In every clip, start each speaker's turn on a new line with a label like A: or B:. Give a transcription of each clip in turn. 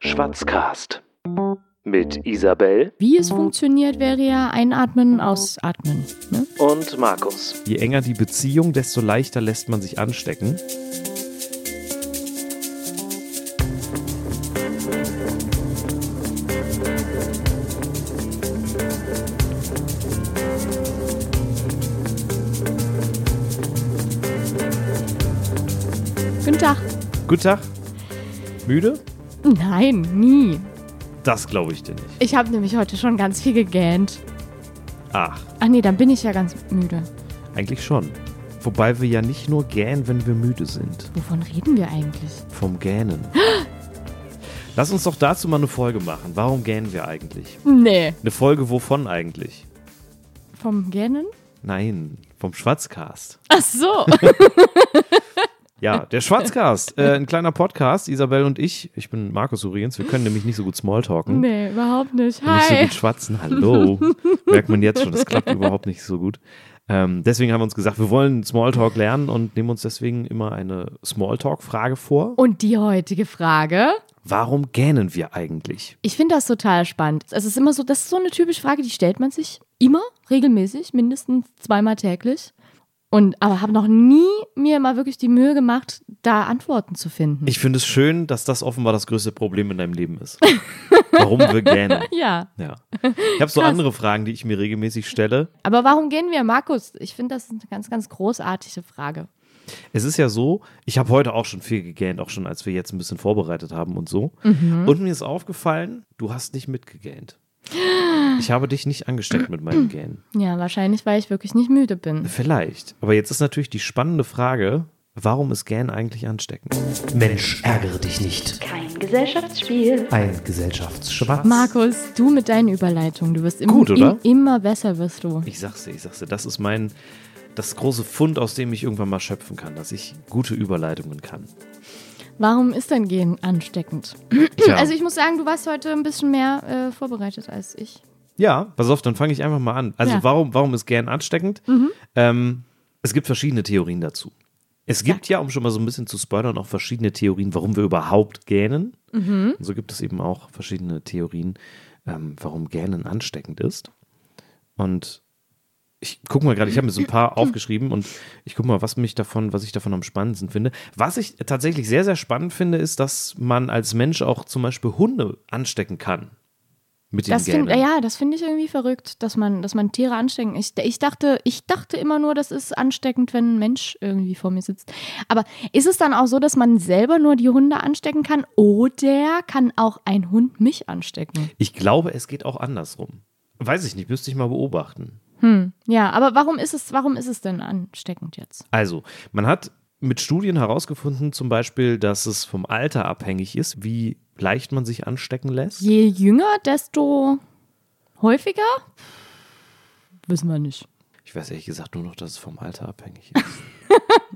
A: Schwatzcast mit Isabel
B: Wie es funktioniert, wäre ja einatmen, ausatmen. Ne?
A: und Markus.
C: Je enger die Beziehung, desto leichter lässt man sich anstecken.
B: Guten Tag.
C: Guten Tag. Müde?
B: Nein, nie.
C: Das glaube ich dir nicht.
B: Ich habe nämlich heute schon ganz viel gegähnt.
C: Ach,
B: Ach nee, dann bin ich ja ganz müde.
C: eigentlich schon. Wobei wir ja nicht nur gähnen, wenn wir müde sind.
B: Wovon reden wir eigentlich?
C: Vom Gähnen. Lass uns doch dazu mal eine Folge machen. Warum gähnen wir eigentlich?
B: Nee.
C: Eine Folge wovon eigentlich?
B: Vom Gähnen?
C: Nein, vom Schwatzcast.
B: Ach so.
C: Ja, der Schwatzcast. äh, ein kleiner Podcast, Isabel und ich. Ich bin Markus Uriens. Wir können nämlich nicht so gut Smalltalken.
B: nee, überhaupt nicht.
C: Und nicht so
B: Hi.
C: gut schwatzen. Hallo. Merkt man jetzt schon, das klappt überhaupt nicht so gut. Ähm, deswegen haben wir uns gesagt, wir wollen Smalltalk lernen und nehmen uns deswegen immer eine Smalltalk-Frage vor.
B: Und die heutige Frage?
C: Warum gähnen wir eigentlich?
B: Ich finde das total spannend. Es ist immer so, das ist so eine typische Frage, die stellt man sich immer, regelmäßig, mindestens zweimal täglich. Und aber habe noch nie mir mal wirklich die Mühe gemacht, da Antworten zu finden.
C: Ich finde es schön, dass das offenbar das größte Problem in deinem Leben ist. Warum wir gähnen.
B: ja.
C: Ja. Ich habe so andere Fragen, die ich mir regelmäßig stelle.
B: Aber warum gehen wir, Markus? Ich finde das eine ganz, ganz großartige Frage.
C: Es ist ja so, ich habe heute auch schon viel gegähnt, auch schon als wir jetzt ein bisschen vorbereitet haben und so. Und mir ist aufgefallen, du hast nicht mitgegähnt. Ich habe dich nicht angesteckt mit meinem Gähnen.
B: Ja, wahrscheinlich, weil ich wirklich nicht müde bin.
C: Vielleicht. Aber jetzt ist natürlich die spannende Frage, warum ist Gähnen eigentlich ansteckend?
D: Mensch, ärgere dich nicht.
E: Kein Gesellschaftsspiel.
D: Ein Gesellschaftsschwatz.
B: Markus, du mit deinen Überleitungen, du wirst im,
C: Gut, oder?
B: Im, immer besser, wirst du.
C: Ich sag's dir, ich sag's dir, das ist mein, das große Fund, aus dem ich irgendwann mal schöpfen kann, dass ich gute Überleitungen kann.
B: Warum ist dein Gehen ansteckend?
C: Tja.
B: Also ich muss sagen, du warst heute ein bisschen mehr äh, vorbereitet als ich.
C: Ja, pass auf, dann fange ich einfach mal an. Also
B: Ja. Mhm.
C: warum, warum ist Gähnen ansteckend? Ähm, es gibt verschiedene Theorien dazu. Es gibt ja, um schon mal so ein bisschen zu spoilern, auch verschiedene Theorien, warum wir überhaupt gähnen.
B: Mhm.
C: Und so gibt es eben auch verschiedene Theorien, ähm, warum Gähnen ansteckend ist. Und ich gucke mal gerade, ich habe mir so ein paar aufgeschrieben und ich gucke mal, was mich davon, was ich davon am spannendsten finde. Was ich tatsächlich sehr, sehr spannend finde, ist, dass man als Mensch auch zum Beispiel Hunde anstecken kann. Mit dem
B: Das find,
C: Gähnen.
B: ja, das finde ich irgendwie verrückt, dass man, dass man Tiere anstecken. Ich, ich, dachte, ich dachte immer nur, das ist ansteckend, wenn ein Mensch irgendwie vor mir sitzt. Aber ist es dann auch so, dass man selber nur die Hunde anstecken kann oder kann auch ein Hund mich anstecken?
C: Ich glaube, es geht auch andersrum. Weiß ich nicht, müsste ich mal beobachten.
B: Hm, ja, aber warum ist es, warum ist es denn ansteckend jetzt?
C: Also, man hat mit Studien herausgefunden, zum Beispiel, dass es vom Alter abhängig ist, wie leicht man sich anstecken lässt.
B: Je jünger, desto häufiger? Wissen wir nicht.
C: Ich weiß ehrlich gesagt nur noch, dass es vom Alter abhängig ist.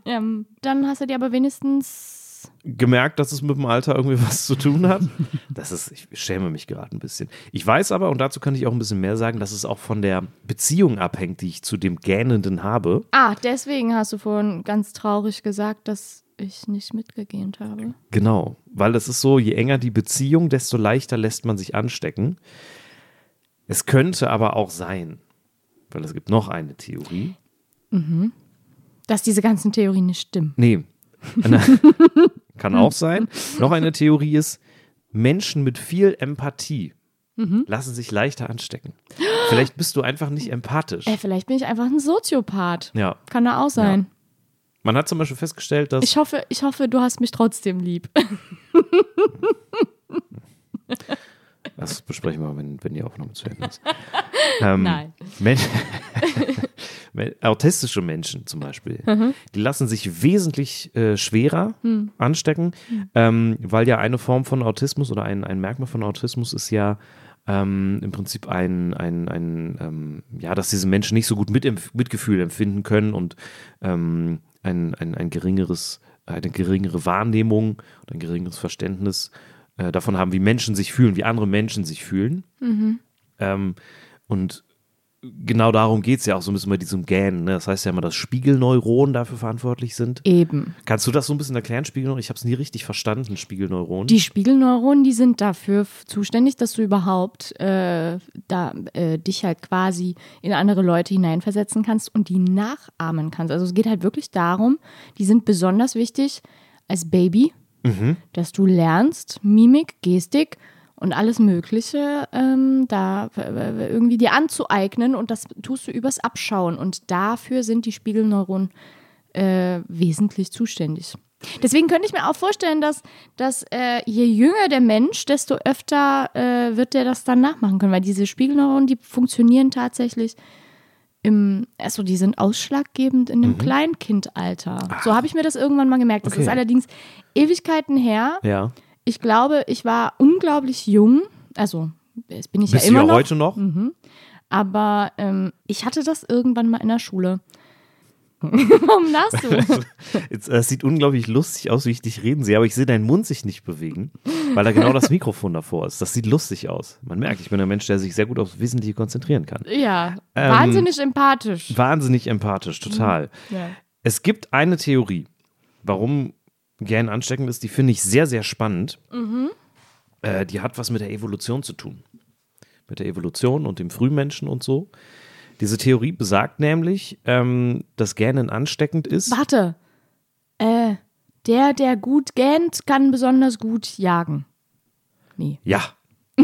B: Ähm, dann hast du dir aber wenigstens.
C: Gemerkt, dass es mit dem Alter irgendwie was zu tun hat. Das ist, ich schäme mich gerade ein bisschen. Ich weiß aber, und dazu kann ich auch ein bisschen mehr sagen, dass es auch von der Beziehung abhängt, die ich zu dem Gähnenden habe.
B: Ah, deswegen hast du vorhin ganz traurig gesagt, dass ich nicht mitgegähnt habe.
C: Genau, weil das ist so, je enger die Beziehung, desto leichter lässt man sich anstecken. Es könnte aber auch sein, weil es gibt noch eine Theorie.
B: Dass diese ganzen Theorien nicht stimmen.
C: Nee, Na, kann auch sein. Noch eine Theorie ist, Menschen mit viel Empathie lassen sich leichter anstecken. Vielleicht bist du einfach nicht empathisch.
B: Ey, vielleicht bin ich einfach ein Soziopath.
C: Ja,
B: Kann da auch sein.
C: man hat zum Beispiel festgestellt, dass
B: Ich hoffe, ich hoffe, du hast mich trotzdem lieb.
C: Das besprechen wir, wenn, wenn die Aufnahme zu Ende ist. Ähm,
B: Nein.
C: Men Men autistische Menschen zum Beispiel, die lassen sich wesentlich äh, schwerer anstecken, ähm, weil ja eine Form von Autismus oder ein, ein Merkmal von Autismus ist ja ähm, im Prinzip ein, ein, ein ähm, ja, dass diese Menschen nicht so gut Mitempf Mitgefühl empfinden können und ähm, ein, ein, ein geringeres, eine geringere Wahrnehmung und ein geringeres Verständnis äh,
B: Mhm.
C: davon haben, wie Menschen sich fühlen, wie andere Menschen sich fühlen. Ähm, und genau darum geht es ja auch so ein bisschen bei diesem Gähnen. Ne? Das heißt ja immer, dass Spiegelneuronen dafür verantwortlich sind.
B: Eben.
C: Kannst du das so ein bisschen erklären, Spiegelneuronen? Ich habe es nie richtig verstanden, Spiegelneuronen.
B: Die Spiegelneuronen, die sind dafür f- zuständig, dass du überhaupt äh, da, äh, dich halt quasi in andere Leute hineinversetzen kannst und die nachahmen kannst. Also es geht halt wirklich darum, die sind besonders wichtig als Baby, dass du lernst, Mimik, Gestik und alles Mögliche ähm, da äh, irgendwie dir anzueignen und das tust du übers Abschauen und dafür sind die Spiegelneuronen äh, wesentlich zuständig. Deswegen könnte ich mir auch vorstellen, dass, dass äh, je jünger der Mensch, desto öfter äh, wird der das dann nachmachen können, weil diese Spiegelneuronen, die funktionieren tatsächlich im, also die sind ausschlaggebend in dem Kleinkindalter. So habe ich mir das irgendwann mal gemerkt. Das
C: Okay.
B: ist allerdings Ewigkeiten her.
C: ja.
B: Ich glaube, ich war unglaublich jung, also das bin ich
C: Bist
B: ja
C: du
B: immer
C: ja
B: noch,
C: heute noch?
B: aber ähm, ich hatte das irgendwann mal in der Schule. Um Warum lachst du?
C: Jetzt, äh, Es sieht unglaublich lustig aus, wie ich dich reden sehe, aber ich sehe deinen Mund sich nicht bewegen, weil da genau das Mikrofon davor ist. Das sieht lustig aus. Man merkt, ich bin ein Mensch, der sich sehr gut aufs Wesentliche konzentrieren kann.
B: Ja,
C: Ähm,
B: wahnsinnig empathisch.
C: Wahnsinnig empathisch, total.
B: Ja.
C: Es gibt eine Theorie, warum Gähnen ansteckend ist, die finde ich sehr, sehr spannend. Äh, die hat was mit der Evolution zu tun. Mit der Evolution und dem Frühmenschen und so. Diese Theorie besagt nämlich, ähm, dass Gähnen ansteckend ist.
B: Warte, äh, der, der gut gähnt, kann besonders gut jagen. Nee.
C: Ja.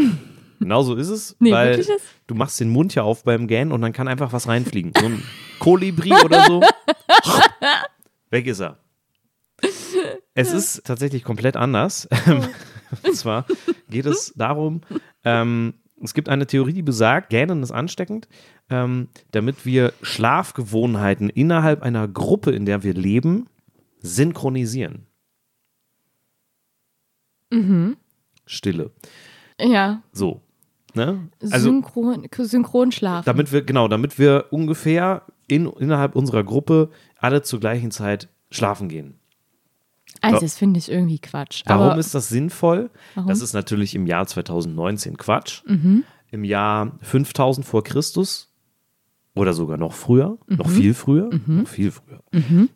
C: Genau so ist es.
B: Nee,
C: weil
B: wirklich ist-
C: du machst den Mund ja auf beim Gähnen und dann kann einfach was reinfliegen. So ein Kolibri oder so. Weg ist er. Es ist tatsächlich komplett anders.
B: Oh.
C: Und zwar geht es darum, ähm, es gibt eine Theorie, die besagt, Gähnen ist ansteckend, ähm, damit wir Schlafgewohnheiten innerhalb einer Gruppe, in der wir leben, synchronisieren.
B: Mhm.
C: Stille.
B: Ja,
C: So. Ne? Also,
B: Synchron, Synchronschlaf.
C: damit wir, genau, damit wir ungefähr in, innerhalb unserer Gruppe alle zur gleichen Zeit schlafen gehen.
B: also, das finde ich irgendwie Quatsch.
C: Warum
B: aber,
C: ist das sinnvoll?
B: Warum? Mhm.
C: Das ist natürlich im Jahr 2019 Quatsch. Im Jahr 5000 vor Christus oder sogar noch früher,
B: Mhm.
C: noch viel früher, noch viel früher.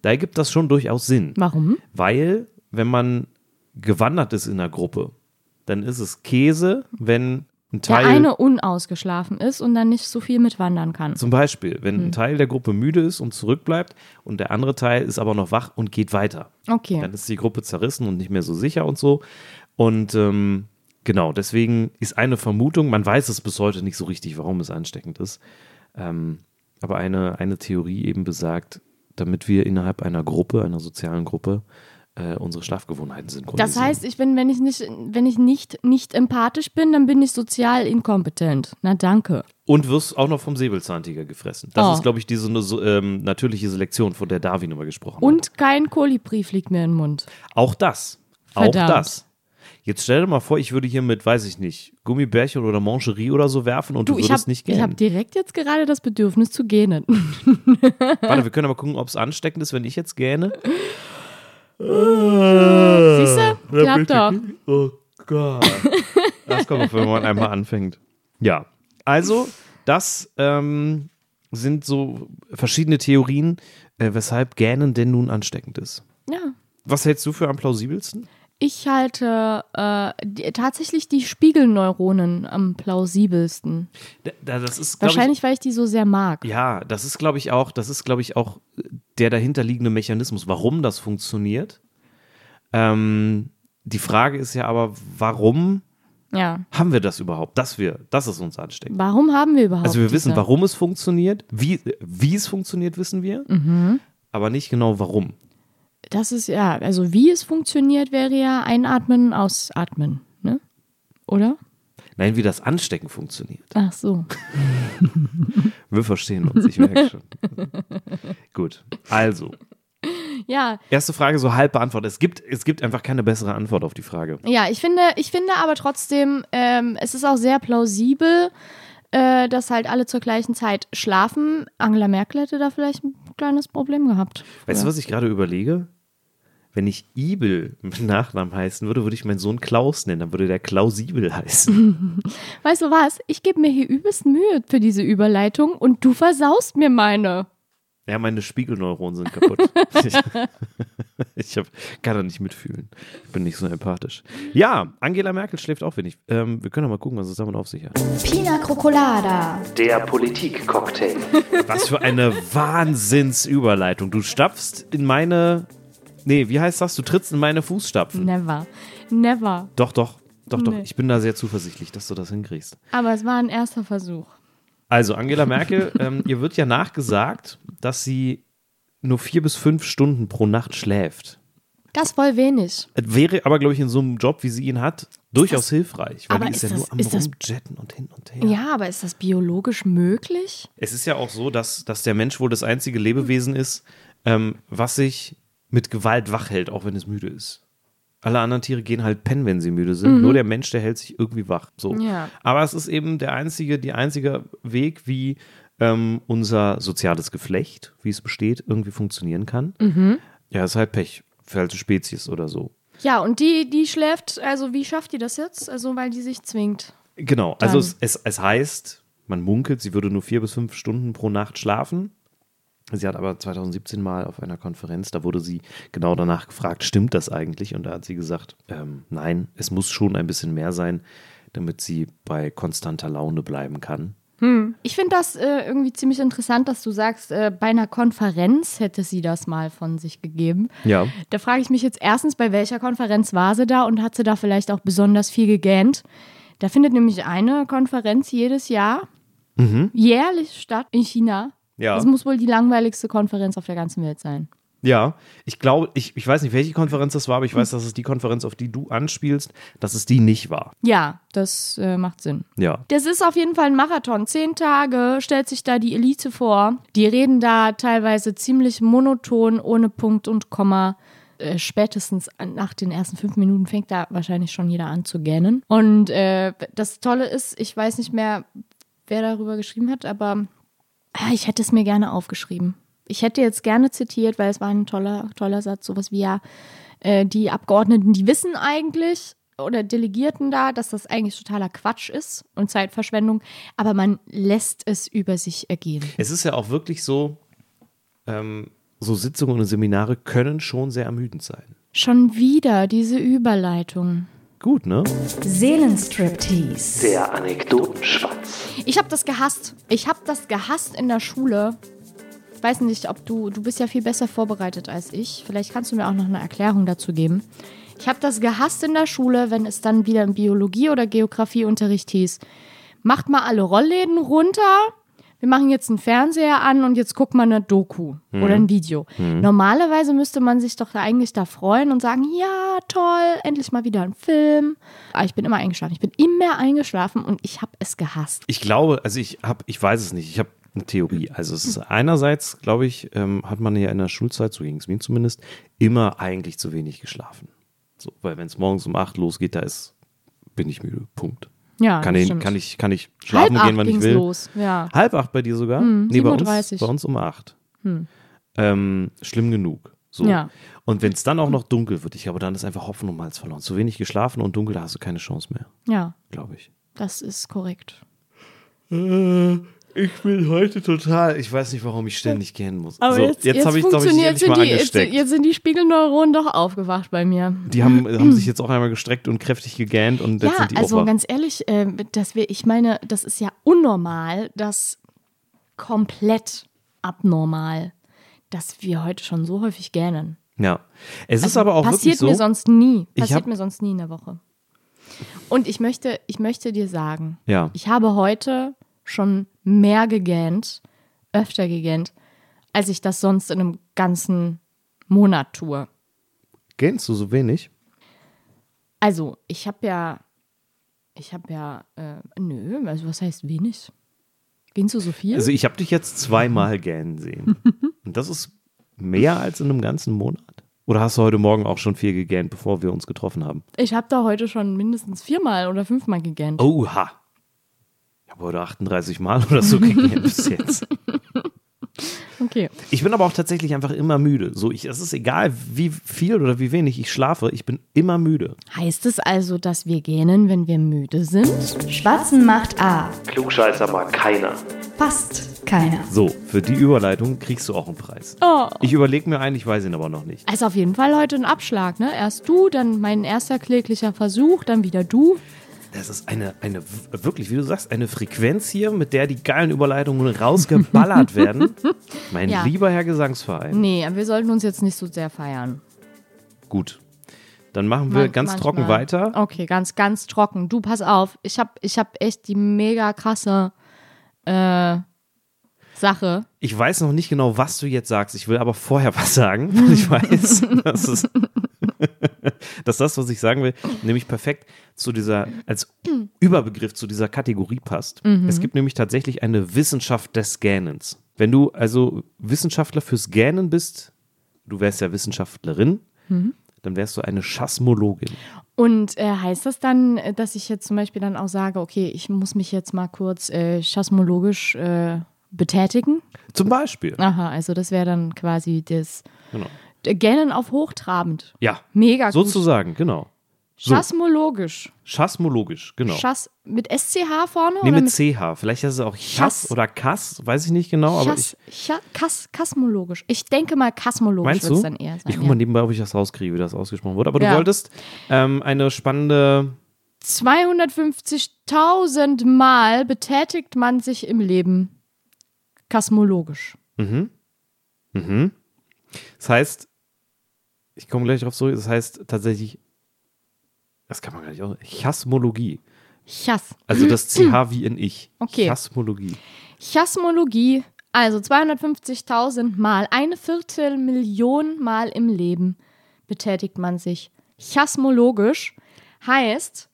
C: Da ergibt das schon durchaus Sinn.
B: warum?
C: Weil, wenn man gewandert ist in der Gruppe, dann ist es Käse, wenn ein
B: Der
C: Teil
B: eine unausgeschlafen ist und dann nicht so viel mitwandern kann.
C: Zum Beispiel, wenn
B: Hm.
C: ein Teil der Gruppe müde ist und zurückbleibt und der andere Teil ist aber noch wach und geht weiter.
B: Okay.
C: Dann ist die Gruppe zerrissen und nicht mehr so sicher und so. Und ähm, genau, deswegen ist eine Vermutung, man weiß es bis heute nicht so richtig, warum es ansteckend ist. Ähm, aber eine, eine Theorie eben besagt, damit wir innerhalb einer Gruppe, einer sozialen Gruppe, äh, unsere Schlafgewohnheiten synchronisieren.
B: Das heißt, ich bin, wenn ich nicht, wenn ich nicht, nicht empathisch bin, dann bin ich sozial inkompetent. Na danke.
C: Und wirst auch noch vom Säbelzahntiger gefressen. Das
B: Oh.
C: ist, glaube ich, diese so, ähm, natürliche Selektion, von der Darwin immer gesprochen hat.
B: Und kein Kolibri fliegt mir in den Mund.
C: Auch das.
B: Verdammt.
C: Auch das. Jetzt stell dir mal vor, ich würde hier mit, weiß ich nicht, Gummibärchen oder Mancherie oder so werfen und du,
B: Du, ich
C: würdest
B: habe
C: nicht
B: hab
C: gehen.
B: direkt jetzt gerade das Bedürfnis zu gähnen.
C: Warte, wir können aber gucken, ob es ansteckend ist, wenn ich jetzt gähne.
B: Siehst du? Klappt doch.
C: Äh, Oh Gott. Das kommt, auf, wenn man einmal anfängt. Ja. Also, das ähm, sind so verschiedene Theorien, äh, weshalb Gähnen denn nun ansteckend ist.
B: Ja.
C: Was hältst du für am plausibelsten?
B: Ich halte äh, die, tatsächlich die Spiegelneuronen am plausibelsten.
C: Das ist,
B: Wahrscheinlich, weil ich die so sehr mag.
C: Ja, das ist, glaube ich, auch, das ist, glaube ich, auch der dahinterliegende Mechanismus, warum das funktioniert. Ähm, die Frage ist ja aber, warum
B: Ja.
C: haben wir das überhaupt, dass wir, dass es uns ansteckt?
B: Warum haben wir überhaupt
C: Also wir wissen,
B: diese?
C: warum es funktioniert, wie, wie es funktioniert, wissen wir, aber nicht genau warum.
B: Das ist ja, also wie es funktioniert, wäre ja einatmen, ausatmen, ne? Oder?
C: Nein, wie das Anstecken funktioniert.
B: Ach so.
C: Wir verstehen uns, ich merke schon. Gut, also,
B: Ja,
C: erste Frage so halb beantwortet. Es gibt, es gibt einfach keine bessere Antwort auf die Frage.
B: ja, ich finde, ich finde aber trotzdem, ähm, es ist auch sehr plausibel, äh, dass halt alle zur gleichen Zeit schlafen. Angela Merkel hätte da vielleicht ein kleines Problem gehabt.
C: Weißt du, was ich gerade überlege? wenn ich Ibel mit Nachnamen heißen würde, würde ich meinen Sohn Klaus nennen. Dann würde der Klaus Ibel heißen.
B: Weißt du was? Ich gebe mir hier übelst Mühe für diese Überleitung und du versaust mir meine.
C: Ja, meine Spiegelneuronen sind kaputt. ich ich hab, kann da nicht mitfühlen. Ich bin nicht so empathisch. Ja, Angela Merkel schläft auch wenig. Ähm, wir können doch mal gucken, was es damit auf sich hat.
F: Pina Crocolada.
A: Der Politikcocktail.
C: Was für eine Wahnsinnsüberleitung. Du stapfst in meine. Nee, wie heißt das? Du trittst in meine Fußstapfen.
B: Never. Never.
C: Doch, doch. Doch, doch.
B: Nee.
C: Ich bin da sehr zuversichtlich, dass du das hinkriegst.
B: Aber es war ein erster Versuch.
C: Also, Angela Merkel, ähm, ihr wird ja nachgesagt, dass sie nur vier bis fünf Stunden pro Nacht schläft.
B: Das ist voll wenig.
C: Es Wäre aber, glaube ich, in so einem Job, wie sie ihn hat, durchaus hilfreich. Weil
B: aber
C: die ist,
B: ist
C: ja
B: das-
C: nur am
B: ist das-
C: Rumjetten und hin und her.
B: Ja, aber ist das biologisch möglich?
C: Es ist ja auch so, dass, dass der Mensch wohl das einzige Lebewesen ist, ähm, was sich mit Gewalt wach hält, auch wenn es müde ist. Alle anderen Tiere gehen halt pennen, wenn sie müde sind. Nur der Mensch, der hält sich irgendwie wach. So.
B: Ja.
C: Aber es ist eben der einzige, die einzige Weg, wie ähm, unser soziales Geflecht, wie es besteht, irgendwie funktionieren kann. Ja, ist halt Pech für alte Spezies oder so.
B: Ja, und die, die schläft, also wie schafft die das jetzt? Also, weil die sich zwingt.
C: Genau, also
B: Dann-
C: es, es, es heißt, man munkelt, sie würde nur vier bis fünf Stunden pro Nacht schlafen. Sie hat aber 2017 mal auf einer Konferenz, da wurde sie genau danach gefragt, stimmt das eigentlich? Und da hat sie gesagt, ähm, nein, es muss schon ein bisschen mehr sein, damit sie bei konstanter Laune bleiben kann.
B: Ich finde das äh, irgendwie ziemlich interessant, dass du sagst, äh, bei einer Konferenz hätte sie das mal von sich gegeben.
C: Ja.
B: Da frage ich mich jetzt erstens, bei welcher Konferenz war sie da und hat sie da vielleicht auch besonders viel gegähnt? Da findet nämlich eine Konferenz jedes Jahr jährlich statt in China.
C: Ja.
B: Das muss wohl die langweiligste Konferenz auf der ganzen Welt sein.
C: Ja, ich glaube, ich, ich weiß nicht, welche Konferenz das war, aber ich weiß, dass es die Konferenz, auf die du anspielst, dass es die nicht war.
B: Ja, das äh, macht Sinn.
C: Ja.
B: Das ist auf jeden Fall ein Marathon. Zehn Tage stellt sich da die Elite vor. Die reden da teilweise ziemlich monoton, ohne Punkt und Komma. Äh, Spätestens an- nach den ersten fünf Minuten fängt da wahrscheinlich schon jeder an zu gähnen. Und äh, das Tolle ist, ich weiß nicht mehr, wer darüber geschrieben hat, aber ah, ich hätte es mir gerne aufgeschrieben. Ich hätte jetzt gerne zitiert, weil es war ein toller, toller Satz, sowas wie ja, äh, die Abgeordneten, die wissen eigentlich oder Delegierten da, dass das eigentlich totaler Quatsch ist und Zeitverschwendung, aber man lässt es über sich ergehen.
C: Es ist ja auch wirklich so, ähm, so Sitzungen und Seminare können schon sehr ermüdend sein.
B: Schon wieder diese Überleitung.
C: Gut, ne?
F: Seelenstriptease.
A: Der Anekdotenschwanz.
B: Ich habe das gehasst. Ich habe das gehasst in der Schule. Ich weiß nicht, ob du, du bist ja viel besser vorbereitet als ich. Vielleicht kannst du mir auch noch eine Erklärung dazu geben. Ich habe das gehasst in der Schule, wenn es dann wieder im Biologie- oder Geografieunterricht hieß. Macht mal alle Rollläden runter. Wir machen jetzt einen Fernseher an und jetzt guckt man eine Doku oder ein Video. Normalerweise müsste man sich doch eigentlich da freuen und sagen, ja, toll, endlich mal wieder ein Film. Aber ich bin immer eingeschlafen. Ich bin immer eingeschlafen und ich habe es gehasst.
C: Ich glaube, also ich habe, ich weiß es nicht, ich habe eine Theorie. Also es ist einerseits, glaube ich, ähm, hat man ja in der Schulzeit, so ging es mir zumindest, immer eigentlich zu wenig geschlafen. So, weil wenn es morgens um acht losgeht, da ist, bin ich müde. Punkt.
B: Ja,
C: kann,
B: Ah, das
C: ich,
B: stimmt.
C: kann ich, kann ich schlafen
B: Halb
C: gehen,
B: acht
C: wann ich
B: ging's
C: will.
B: los, ja.
C: Halb acht bei dir sogar?
B: Mhm,
C: nee, bei uns,
B: 7.30.
C: bei uns um acht. Ähm, schlimm genug. So.
B: Hm. Ja.
C: Und wenn es dann auch noch dunkel wird, ich glaube, dann ist einfach Hopfen und Malz verloren. Zu wenig geschlafen und dunkel, da hast du keine Chance mehr,
B: Ja,
C: glaube ich.
B: das ist korrekt.
C: Äh, Ich bin heute total, ich weiß nicht, warum ich ständig gehen muss. so, jetzt habe ich, glaube ich,
B: funktioniert-
C: endlich mal
B: sind die, jetzt,
C: angesteckt.
B: jetzt sind die Spiegelneuronen doch aufgewacht bei mir.
C: die haben, haben sich jetzt auch einmal gestreckt und kräftig gegähnt und jetzt
B: Ja,
C: sind die
B: also
C: auch wach.
B: ganz ehrlich, äh, dass wir, ich meine, das ist ja unnormal, dass komplett abnormal, dass wir heute schon so häufig gähnen.
C: Ja. Es ist aber auch
B: Also Passiert
C: wirklich so.
B: mir sonst nie.
C: Ich
B: Passiert
C: hab-
B: mir sonst nie in der Woche. Und ich möchte, ich möchte dir sagen,
C: Ja.
B: ich habe heute schon mehr gegähnt, öfter gegähnt, als ich das sonst in einem ganzen Monat tue.
C: Gähnst du so wenig?
B: Also, ich habe ja, ich habe ja, äh, nö, also was heißt wenig? Gähnst du so viel?
C: Also ich habe dich jetzt zweimal gähnen sehen. Und das ist mehr als in einem ganzen Monat. Oder hast du heute Morgen auch schon viel gegähnt, bevor wir uns getroffen haben?
B: ich habe da heute schon mindestens viermal oder fünfmal gegähnt.
C: Oha. Ich habe heute 38 Mal oder so gegähnt bis jetzt.
B: Okay.
C: Ich bin aber auch tatsächlich einfach immer müde. So, ich, es ist egal, wie viel oder wie wenig ich schlafe, ich bin immer müde.
B: Heißt es also, dass wir gähnen, wenn wir müde sind?
F: Schwatzen macht A.
A: Klugscheißer mag keiner.
F: Fast keiner.
C: So, für die Überleitung kriegst du auch einen Preis.
B: Oh.
C: Ich überlege mir einen, ich weiß ihn aber noch nicht.
B: Also auf jeden Fall heute ein Abschlag, ne? Erst du, dann mein erster kläglicher Versuch, dann wieder du.
C: Das ist eine, eine, wirklich, wie du sagst, eine Frequenz hier, mit der die geilen Überleitungen rausgeballert werden. Mein
B: Ja.
C: lieber Herr Gesangsverein.
B: Nee, wir sollten uns jetzt nicht so sehr feiern.
C: Gut. Dann machen wir
B: Man-
C: ganz
B: manchmal.
C: trocken weiter.
B: Okay, ganz, ganz trocken. Du, pass auf. Ich hab, ich hab echt die mega krasse äh, Sache.
C: Ich weiß noch nicht genau, was du jetzt sagst. Ich will aber vorher was sagen, weil ich weiß, dass, es, dass das, was ich sagen will, nämlich perfekt zu dieser, als Überbegriff zu dieser Kategorie passt. Es gibt nämlich tatsächlich eine Wissenschaft des Gähnens. Wenn du also Wissenschaftler fürs Gähnen bist, du wärst ja Wissenschaftlerin, dann wärst du eine Schasmologin.
B: Und äh, heißt das dann, äh, dass ich jetzt zum Beispiel dann auch sage, okay, ich muss mich jetzt mal kurz äh, chasmologisch äh, betätigen?
C: Zum Beispiel.
B: Aha, also das wäre dann quasi das äh,
C: Genau.
B: Gähnen auf hochtrabend.
C: Ja,
B: Mega gut.
C: sozusagen, genau. so.
B: Chasmologisch.
C: Schasmologisch, genau.
B: Schass mit SCH vorne?
C: Nee,
B: oder
C: mit CH. Vielleicht heißt es auch Chass
B: Chass.
C: oder Kass, weiß ich nicht genau, aber ich.
B: Chas, Cha- Kas, kasmologisch. Ich denke mal, kasmologisch
C: Meinst
B: wird es
C: du?
B: dann eher sein.
C: ich guck mal
B: ja.
C: ne- nebenbei, ob ich das rauskriege, wie das ausgesprochen wurde. Aber
B: Ja.
C: du wolltest ähm, eine spannende.
B: 250.000 Mal betätigt man sich im Leben kasmologisch.
C: mhm. Das heißt, ich komme gleich drauf zurück, das heißt tatsächlich. Das kann man gar nicht aus. Chasmologie.
B: Chas.
C: Also das CH wie in ich.
B: Okay.
C: Chasmologie.
B: Chasmologie. Also 250.000 Mal, eine Viertelmillion Mal im Leben betätigt man sich. Chasmologisch heißt,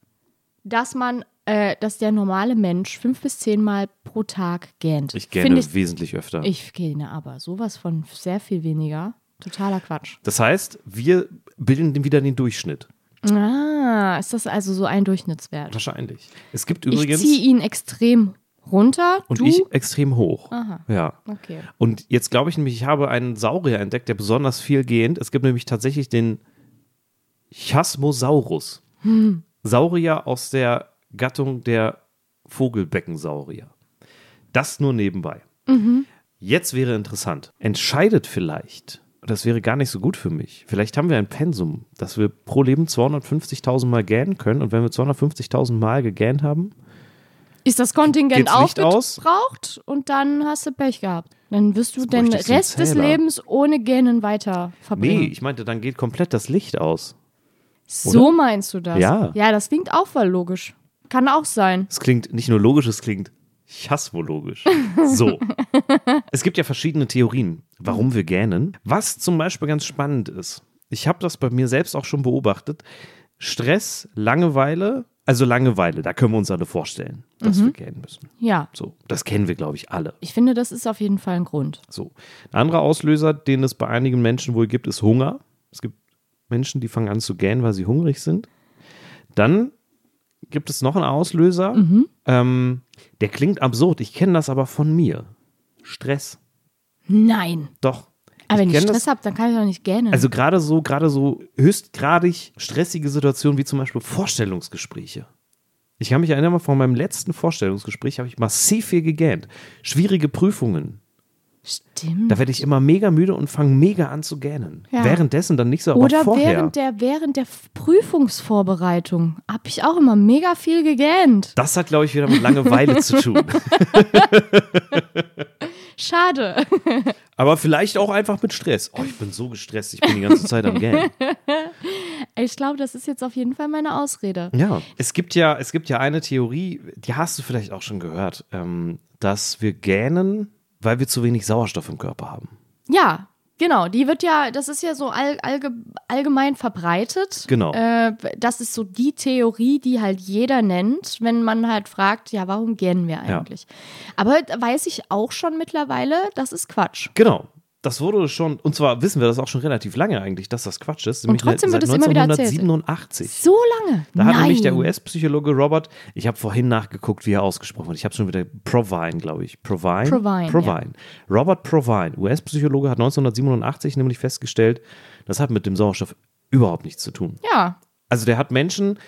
B: dass man, äh, dass der normale Mensch fünf bis zehn Mal pro Tag gähnt.
C: Ich
B: Find
C: gerne wesentlich öfter.
B: Ich gähne aber sowas von sehr viel weniger. Totaler Quatsch.
C: das heißt, wir bilden wieder den Durchschnitt.
B: Ah, ist das also so ein Durchschnittswert?
C: Wahrscheinlich. Es gibt
B: Ich
C: übrigens.
B: ziehe ihn extrem runter.
C: und
B: du?
C: ich extrem hoch.
B: Aha.
C: Ja.
B: okay.
C: Und jetzt glaube ich nämlich, ich habe einen Saurier entdeckt, der besonders viel gehend. Es gibt nämlich tatsächlich den Chasmosaurus. Saurier aus der Gattung der Vogelbeckensaurier. Das nur nebenbei. Jetzt wäre interessant. Entscheidet vielleicht, und das wäre gar nicht so gut für mich, vielleicht haben wir ein Pensum, dass wir pro Leben 250.000 Mal gähnen können. Und wenn wir 250.000 Mal gegähnt haben,
B: Ist das Kontingent
C: Geht's Licht aus?
B: aufgebraucht und dann hast du Pech gehabt. Dann wirst du den
C: bräuchte ich so einen
B: Rest des
C: Zähler.
B: Lebens ohne Gähnen weiter verbringen.
C: nee, ich meinte, dann geht komplett das Licht aus.
B: so meinst du das?
C: Ja.
B: Ja, das klingt auch voll logisch. Kann auch sein.
C: Es klingt nicht nur logisch, es klingt chasmologisch. So. es gibt ja verschiedene Theorien, warum wir gähnen. Was zum Beispiel ganz spannend ist, ich habe das bei mir selbst auch schon beobachtet. Stress, Langeweile, also Langeweile, da können wir uns alle vorstellen, dass wir gähnen müssen.
B: Ja.
C: So, das kennen wir, glaube ich, alle.
B: Ich finde, das ist auf jeden Fall ein Grund.
C: So. Ein anderer Auslöser, den es bei einigen Menschen wohl gibt, ist Hunger. Es gibt Menschen, die fangen an zu gähnen, weil sie hungrig sind. Dann gibt es noch einen Auslöser,
B: Mhm.
C: ähm, der klingt absurd. Ich kenne das aber von mir. Stress.
B: Nein.
C: Doch.
B: Aber wenn ich
C: kenn das-
B: Stress habe, dann kann ich doch nicht gähnen.
C: Also gerade so, gerade so höchstgradig stressige Situationen wie zum Beispiel Vorstellungsgespräche. Ich kann mich erinnern, von meinem letzten Vorstellungsgespräch habe ich massiv viel gegähnt. Schwierige Prüfungen,
B: Stimmt.
C: Da werde ich immer mega müde und fange mega an zu gähnen.
B: Ja.
C: Währenddessen dann nicht so, aber
B: Oder
C: vorher.
B: während der, während der F- Prüfungsvorbereitung habe ich auch immer mega viel gegähnt.
C: das hat, glaube ich, wieder mit Langeweile zu tun.
B: Schade.
C: Aber vielleicht auch einfach mit Stress. Oh, ich bin so gestresst, ich bin die ganze Zeit am Gähnen.
B: Ich glaube, das ist jetzt auf jeden Fall meine Ausrede.
C: Ja. Es gibt ja, es gibt ja eine Theorie, die hast du vielleicht auch schon gehört, ähm, dass wir gähnen, weil wir zu wenig Sauerstoff im Körper haben.
B: Ja, genau. Die wird ja, das ist ja so all, allge, allgemein verbreitet.
C: Genau.
B: Äh, das ist so die Theorie, die halt jeder nennt, wenn man halt fragt, ja, warum gähnen wir
C: Ja.
B: eigentlich? Aber da weiß ich auch schon mittlerweile, das ist Quatsch.
C: Genau. das wurde schon, und zwar wissen wir das auch schon relativ lange eigentlich, dass das Quatsch ist. nämlich
B: trotzdem
C: seit
B: wird es immer wieder erzählt.
C: 1987.
B: So lange.
C: Da
B: Nein.
C: hat nämlich der US-Psychologe Robert, ich habe vorhin nachgeguckt, wie er ausgesprochen wird. Ich habe schon wieder Provine, glaube ich. Provine.
B: Provine,
C: Provine. Robert Provine, US-Psychologe, hat 1987 nämlich festgestellt, das hat mit dem Sauerstoff überhaupt nichts zu tun.
B: Ja.
C: Also der hat Menschen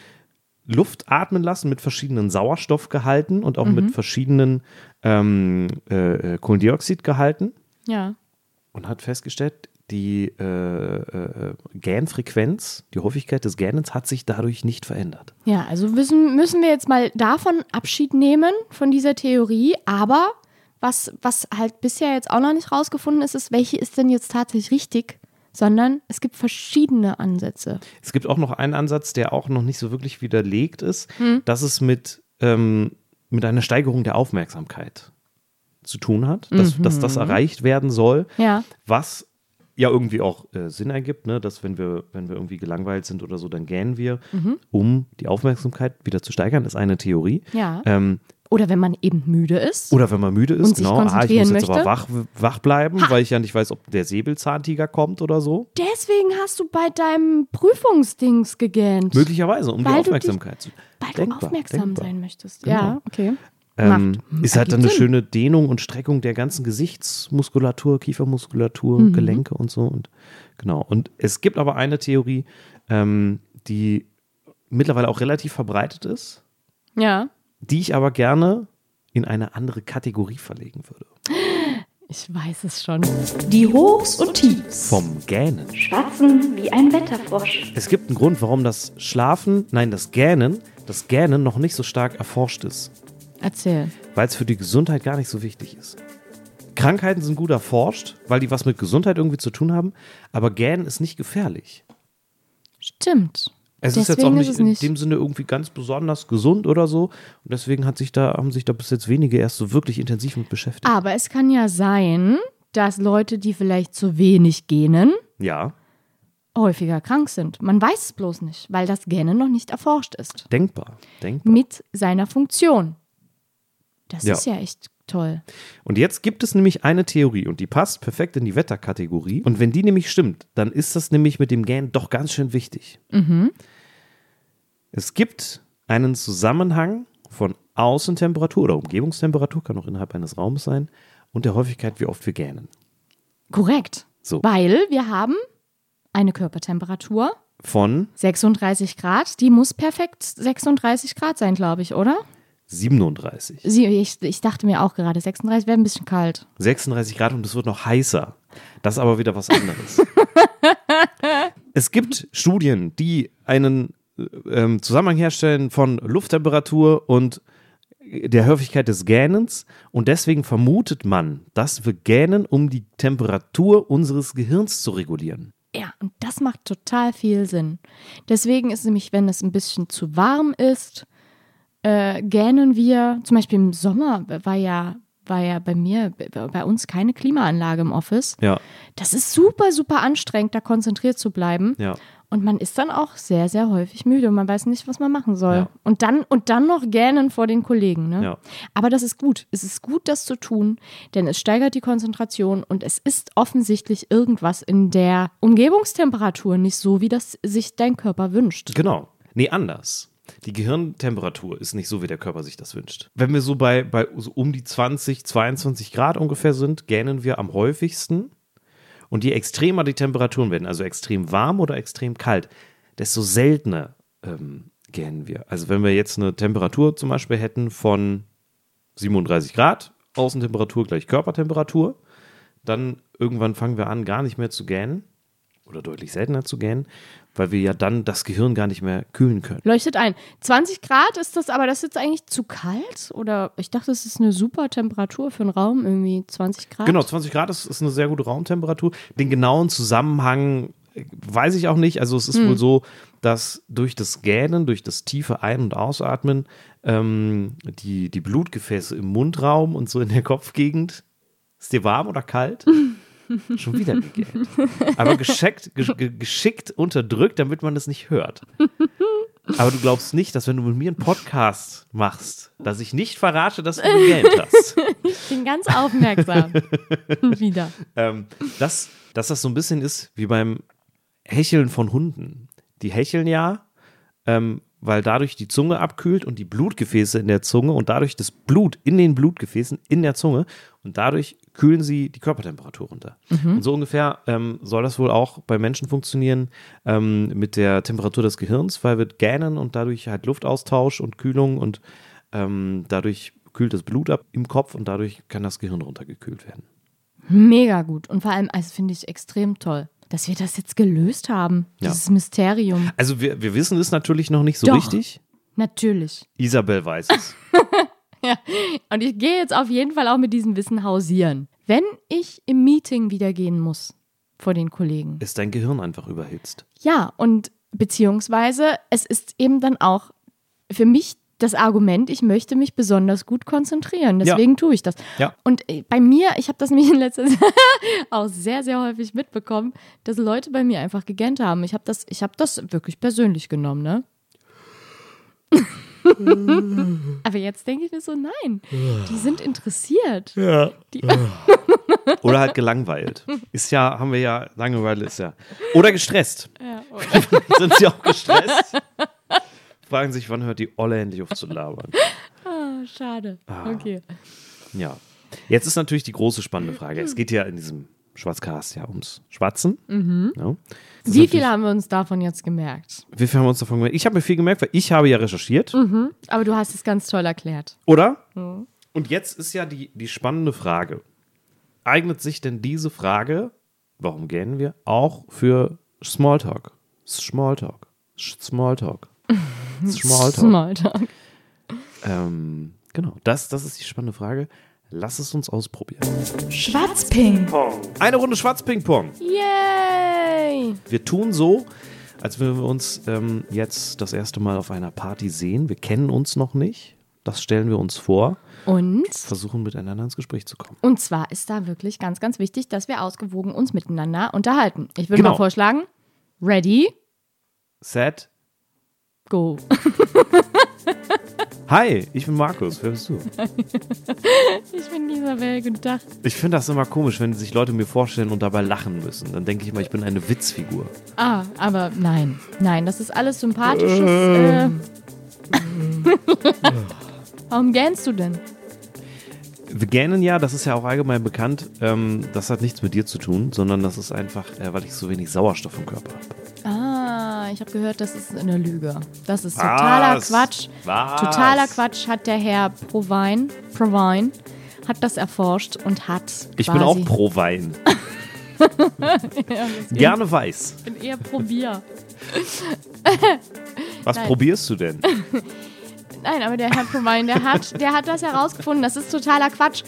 C: Luft atmen lassen mit verschiedenen Sauerstoffgehalten und auch
B: Mhm.
C: mit verschiedenen ähm, äh, äh, Kohlendioxidgehalten
B: Ja.
C: und hat festgestellt, die äh, äh, Gähnfrequenz, die Häufigkeit des Gähnens hat sich dadurch nicht verändert.
B: Ja, also müssen, müssen wir jetzt mal davon Abschied nehmen, von dieser Theorie. Aber was, was halt bisher jetzt auch noch nicht rausgefunden ist, ist, welche ist denn jetzt tatsächlich richtig? Sondern es gibt verschiedene Ansätze.
C: Es gibt auch noch einen Ansatz, der auch noch nicht so wirklich widerlegt ist,
B: Hm.
C: dass es mit, ähm, mit einer Steigerung der Aufmerksamkeit zu tun hat, dass,
B: Mhm.
C: dass das erreicht werden soll,
B: Ja.
C: was ja irgendwie auch äh, Sinn ergibt, ne? dass wenn wir, wenn wir irgendwie gelangweilt sind oder so, dann gähnen wir,
B: Mhm.
C: um die Aufmerksamkeit wieder zu steigern, ist eine Theorie.
B: Ja.
C: Ähm,
B: Oder wenn man eben müde ist.
C: Oder wenn man müde ist,
B: Und sich
C: genau, ah, ich
B: konzentrieren
C: muss jetzt aber
B: möchte.
C: wach, wach bleiben, weil ich ja nicht weiß, ob der Säbelzahntiger kommt oder so.
B: Deswegen hast du bei deinem Prüfungsdings gegähnt.
C: Möglicherweise,
B: Weil
C: um die
B: du dich-
C: Aufmerksamkeit zu.
B: Weil
C: Denkbar,
B: du aufmerksam
C: denkbar.
B: sein möchtest.
C: Genau.
B: Ja, okay.
C: Ähm,
B: Macht.
C: ist halt dann eine
B: Ergibt Sinn.
C: schöne Dehnung und Streckung der ganzen Gesichtsmuskulatur, Kiefermuskulatur,
B: Mhm.
C: Gelenke und so. Und genau. Und es gibt aber eine Theorie, ähm, die mittlerweile auch relativ verbreitet ist,
B: Ja.
C: die ich aber gerne in eine andere Kategorie verlegen würde.
B: Ich weiß es schon.
F: Die Hochs und Tiefs.
C: Vom Gähnen.
E: Schwatzen wie ein Wetterfrosch.
C: Es gibt einen Grund, warum das Schlafen, nein, das Gähnen, das Gähnen noch nicht so stark erforscht ist.
B: Erzähl.
C: weil es für die Gesundheit gar nicht so wichtig ist. Krankheiten sind gut erforscht, weil die was mit Gesundheit irgendwie zu tun haben, aber Gähnen ist nicht gefährlich.
B: Stimmt.
C: Es ist jetzt auch
B: Deswegen
C: nicht,
B: es
C: in dem Sinne irgendwie ganz besonders gesund oder so. Und deswegen hat sich da, haben sich da bis jetzt wenige erst so wirklich intensiv mit beschäftigt.
B: Aber es kann ja sein, dass Leute, die vielleicht zu wenig gähnen,
C: Ja,
B: häufiger krank sind. Man weiß es bloß nicht, weil das Gähnen noch nicht erforscht ist.
C: denkbar. denkbar.
B: Mit seiner Funktion. Das
C: Ja.
B: ist ja echt toll.
C: Und jetzt gibt es nämlich eine Theorie und die passt perfekt in die Wetterkategorie. Und wenn die nämlich stimmt, dann ist das nämlich mit dem Gähnen doch ganz schön wichtig. Es gibt einen Zusammenhang von Außentemperatur oder Umgebungstemperatur, kann auch innerhalb eines Raumes sein, und der Häufigkeit, wie oft wir gähnen.
B: Korrekt.
C: So.
B: Weil wir haben eine Körpertemperatur,
C: Von
B: 36 Grad, die muss perfekt 36 Grad sein, glaube ich, oder?
C: 37,
B: Sie, ich, ich dachte mir auch gerade, 36 wäre ein bisschen kalt.
C: 36 Grad und es wird noch heißer. Das ist aber wieder was anderes. es gibt Studien, die einen äh, ähm, Zusammenhang herstellen von Lufttemperatur und der Häufigkeit des Gähnens und deswegen vermutet man, dass wir gähnen, um die Temperatur unseres Gehirns zu regulieren.
B: Ja, und das macht total viel Sinn. Deswegen ist nämlich, wenn es ein bisschen zu warm ist, äh, gähnen wir, zum Beispiel im Sommer war ja, war ja bei mir, bei uns keine Klimaanlage im Office.
C: Ja,
B: Das ist super, super anstrengend, da konzentriert zu bleiben.
C: ja.
B: Und man ist dann auch sehr, sehr häufig müde und man weiß nicht, was man machen soll.
C: Ja.
B: Und, dann, und dann noch gähnen vor den Kollegen. Ne?
C: Ja.
B: Aber das ist gut. Es ist gut, das zu tun, denn es steigert die Konzentration und es ist offensichtlich irgendwas in der Umgebungstemperatur nicht so, wie das sich dein Körper wünscht.
C: Genau. Nee, anders. Die Gehirntemperatur ist nicht so, wie der Körper sich das wünscht. Wenn wir so bei, bei so um die 20, 22 Grad ungefähr sind, gähnen wir am häufigsten. Und je extremer die Temperaturen werden, also extrem warm oder extrem kalt, desto seltener ähm, gähnen wir. Also wenn wir jetzt eine Temperatur zum Beispiel hätten von 37 Grad, Außentemperatur gleich Körpertemperatur, dann irgendwann fangen wir an, gar nicht mehr zu gähnen oder deutlich seltener zu gähnen, weil wir ja dann das Gehirn gar nicht mehr kühlen können.
B: Leuchtet ein. 20 Grad ist das, aber das ist jetzt eigentlich zu kalt? Oder ich dachte, es ist eine super Temperatur für einen Raum, irgendwie 20 Grad.
C: Genau, 20 Grad ist, ist eine sehr gute Raumtemperatur. Den genauen Zusammenhang äh, weiß ich auch nicht. Also es ist wohl so, dass durch das Gähnen, durch das tiefe Ein- und Ausatmen ähm, die, die Blutgefäße im Mundraum und so in der Kopfgegend, ist dir warm oder kalt? Schon wieder gegähnt. Aber geschickt, ge- ge- geschickt unterdrückt, damit man es nicht hört. Aber du glaubst nicht, dass wenn du mit mir einen Podcast machst, dass ich nicht verrate, dass du gegähnt hast.
B: Ich bin ganz aufmerksam. Wieder.
C: ähm, dass, dass das so ein bisschen ist wie beim Hecheln von Hunden. Die hecheln ja, ähm, weil dadurch die Zunge abkühlt und die Blutgefäße in der Zunge und dadurch das Blut in den Blutgefäßen in der Zunge und dadurch kühlen sie die Körpertemperatur runter. Und so ungefähr ähm, soll das wohl auch bei Menschen funktionieren ähm, mit der Temperatur des Gehirns, weil wir gähnen und dadurch halt Luftaustausch und Kühlung und ähm, dadurch kühlt das Blut ab im Kopf und dadurch kann das Gehirn runtergekühlt werden.
B: Mega gut. Und vor allem, also finde ich extrem toll, dass wir das jetzt gelöst haben.
C: Ja.
B: Dieses Mysterium.
C: Also wir, wir wissen es natürlich noch nicht so
B: Doch.
C: richtig.
B: Natürlich.
C: Isabel weiß es.
B: Und ich gehe jetzt auf jeden Fall auch mit diesem Wissen hausieren. Wenn ich im Meeting wieder gehen muss vor den Kollegen.
C: Ist dein Gehirn einfach überhitzt?
B: Ja, und beziehungsweise es ist eben dann auch für mich das Argument, ich möchte mich besonders gut konzentrieren. Deswegen tue ich das.
C: Ja.
B: Und äh, bei mir, ich habe das nämlich in letzter Zeit auch sehr, sehr häufig mitbekommen, dass Leute bei mir einfach gegähnt haben. Ich habe das, ich habe das wirklich persönlich genommen, ne? Aber jetzt denke ich mir so, nein, die sind interessiert.
C: Oder halt gelangweilt. Ist ja, haben wir ja, Langeweile ist ja. Oder gestresst. Sind sie auch gestresst? Fragen sich, wann hört die Olle endlich auf zu labern?
B: Ah, schade. Okay.
C: Ja. Jetzt ist natürlich die große spannende Frage. Es geht ja in diesem Schwarzcast ja ums Schwatzen. Ja. Das ist
B: Mhm. Wie viel
C: natürlich-
B: haben wir uns davon jetzt gemerkt?
C: Wie viel haben wir uns davon gemerkt? Ich habe mir viel gemerkt, weil ich habe ja recherchiert.
B: Aber du hast es ganz toll erklärt.
C: Oder? Mhm. Und jetzt ist ja die, die spannende Frage. Eignet sich denn diese Frage, warum gähnen wir, auch für Smalltalk? Smalltalk. Sch- Smalltalk. Smalltalk.
B: Smalltalk.
C: Ähm, genau, das, das ist die spannende Frage. Lass es uns ausprobieren.
F: Schwarzping.
C: Eine Runde Schwarz-Ping-Pong.
B: Yay!
C: Wir tun so, als würden wir uns ähm, jetzt das erste Mal auf einer Party sehen. Wir kennen uns noch nicht. Das stellen wir uns vor.
B: Und?
C: Versuchen miteinander ins Gespräch zu kommen.
B: Und zwar ist da wirklich ganz, ganz wichtig, dass wir ausgewogen uns miteinander unterhalten. Ich würde
C: Genau.
B: mal vorschlagen, ready,
C: Set,
B: go.
C: Hi, ich bin Markus. Wer bist du?
B: Ich bin Isabel, guten Tag.
C: Ich finde das immer komisch, wenn sich Leute mir vorstellen und dabei lachen müssen. Dann denke ich mal, ich bin eine Witzfigur.
B: Ah, aber nein, nein, das ist alles sympathisches. Äh. Warum gähnst du denn?
C: Wir gähnen ja, das ist ja auch allgemein bekannt. Ähm, das hat nichts mit dir zu tun, sondern das ist einfach, äh, weil ich so wenig Sauerstoff im Körper habe.
B: Ah, ich habe gehört, das ist eine Lüge. Das ist totaler
C: Was?
B: Quatsch.
C: Was?
B: Totaler Quatsch hat der Herr Provine, Provine hat das erforscht und hat
C: Ich
B: quasi
C: bin auch pro Wein. Gerne weiß.
B: Ich bin eher Probier.
C: Was
B: Nein.
C: probierst du denn?
B: Nein, aber der Herr Provine, der hat, der hat das herausgefunden. Das ist totaler Quatsch.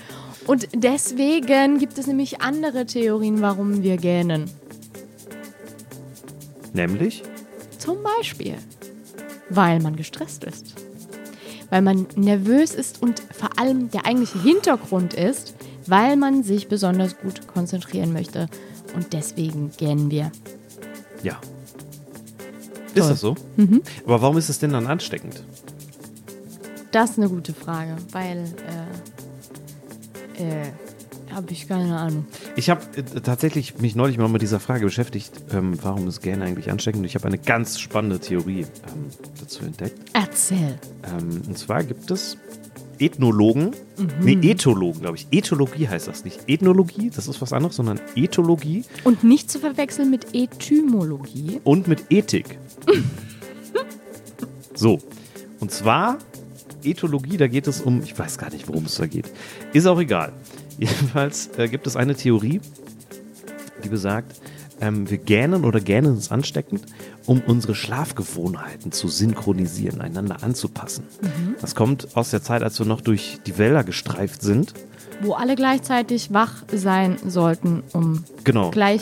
B: Und deswegen gibt es nämlich andere Theorien, warum wir gähnen.
C: Nämlich?
B: Zum Beispiel, weil man gestresst ist. Weil man nervös ist und vor allem der eigentliche Hintergrund ist, weil man sich besonders gut konzentrieren möchte. Und deswegen gähnen wir.
C: Ja. Ist das so?
B: Mhm.
C: Aber warum ist es denn dann ansteckend?
B: Das ist eine gute Frage, weil, äh, äh, habe ich keine Ahnung.
C: Ich habe äh, tatsächlich mich neulich mal mit dieser Frage beschäftigt, ähm, warum ist Gähnen eigentlich ansteckend? Und ich habe eine ganz spannende Theorie ähm, dazu entdeckt.
B: Erzähl.
C: Ähm, und zwar gibt es Ethnologen, nee, Ethologen, glaube ich. Ethologie heißt das nicht. Ethnologie, das ist was anderes, sondern Ethologie
B: Und nicht zu verwechseln mit Etymologie.
C: und mit Ethik. so, und zwar Ethologie, da geht es um, ich weiß gar nicht, worum es da geht. Ist auch egal. Jedenfalls äh, gibt es eine Theorie, die besagt, ähm, wir gähnen oder gähnen ist ansteckend, um unsere Schlafgewohnheiten zu synchronisieren, einander anzupassen. Das kommt aus der Zeit, als wir noch durch die Wälder gestreift sind.
B: Wo alle gleichzeitig wach sein sollten, um
C: Genau.
B: gleich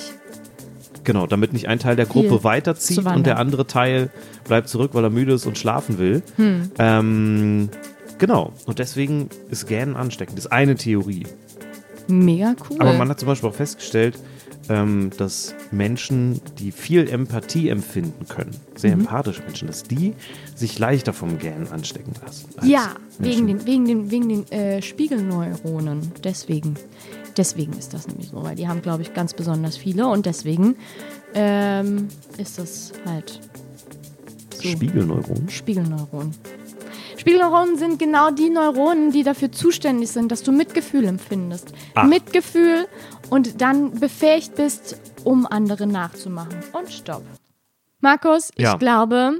C: Genau, damit nicht ein Teil der Gruppe
B: Viel
C: weiterzieht
B: zu wandern.
C: und der andere Teil bleibt zurück, weil er müde ist und schlafen will.
B: Hm.
C: Ähm, genau, und deswegen ist Gähnen ansteckend. Das ist eine Theorie.
B: mega cool.
C: Aber man hat zum Beispiel auch festgestellt, ähm, dass Menschen, die viel Empathie empfinden können, sehr
B: Mhm.
C: empathische Menschen, dass die sich leichter vom Gähnen anstecken lassen. als
B: Ja, wegen
C: Menschen.
B: den, wegen den, wegen den äh, Spiegelneuronen. Deswegen. Deswegen ist das nämlich so, weil die haben, glaube ich, ganz besonders viele und deswegen ähm, ist das halt so.
C: Spiegelneuronen.
B: Spiegelneuronen. Spiegelneuronen sind genau die Neuronen, die dafür zuständig sind, dass du Mitgefühl empfindest.
C: Ah.
B: Mitgefühl und dann befähigt bist, um andere nachzumachen. Und stopp. Markus,
C: Ja.
B: ich glaube,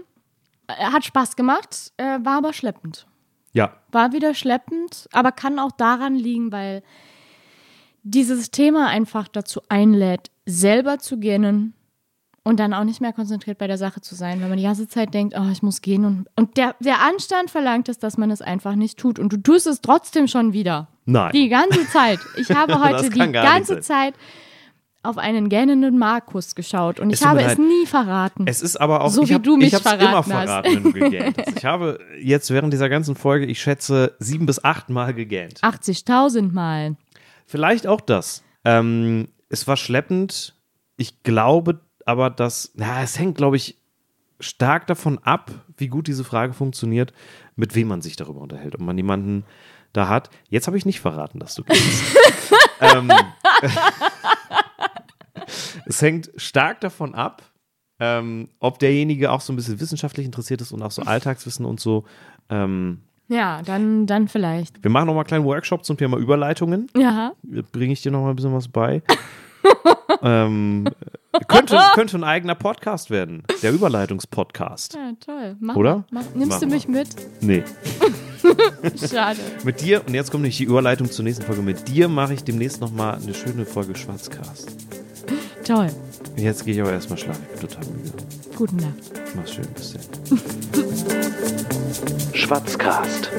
B: äh, hat Spaß gemacht, äh, war aber schleppend.
C: Ja,
B: War wieder schleppend, aber kann auch daran liegen, weil dieses Thema einfach dazu einlädt, selber zu gähnen und dann auch nicht mehr konzentriert bei der Sache zu sein, wenn man die ganze Zeit denkt, oh, ich muss gehen. Und, und der, der Anstand verlangt es, dass man es einfach nicht tut. Und du tust es trotzdem schon wieder.
C: nein.
B: Die ganze Zeit. Ich habe heute
C: kann
B: die
C: gar nicht
B: ganze Zeit auf einen gähnenden Markus geschaut und
C: Es
B: ich
C: tut
B: habe
C: mir
B: es
C: leid.
B: nie verraten.
C: Es ist aber auch
B: So
C: ich
B: wie
C: hab,
B: du mich
C: ich hab's
B: verraten
C: immer
B: hast.
C: verraten, wenn du gegähnt hast. Ich habe jetzt während dieser ganzen Folge, ich schätze, sieben bis acht Mal gegähnt.
B: 80.000 Mal.
C: Vielleicht auch das. Ähm, es war schleppend. Ich glaube aber, dass, na, es hängt, glaube ich, stark davon ab, wie gut diese Frage funktioniert, mit wem man sich darüber unterhält, ob man jemanden da hat. Jetzt habe ich nicht verraten, dass du gehst. ähm, es hängt stark davon ab, ähm, ob derjenige auch so ein bisschen wissenschaftlich interessiert ist und auch so Alltagswissen und so. Ähm,
B: Ja, dann, dann vielleicht.
C: wir machen nochmal einen kleinen Workshop zum Thema Überleitungen
B: Ja.
C: bringe ich dir noch mal ein bisschen was bei. ähm, könnte, könnte ein eigener Podcast werden. Der Überleitungspodcast.
B: Ja, toll. Mach,
C: Oder?
B: Mach, nimmst
C: Machen
B: du
C: wir.
B: mich mit?
C: Nee.
B: Schade.
C: Mit dir, und jetzt kommt nämlich die Überleitung zur nächsten Folge. Mit dir mache ich demnächst noch mal eine schöne Folge Schwarzcast.
B: Toll.
C: Jetzt gehe ich aber erstmal schlafen. Ich bin total müde.
B: Guten Nacht.
C: Mach's schön. Bis dann.
A: Schwatzcast.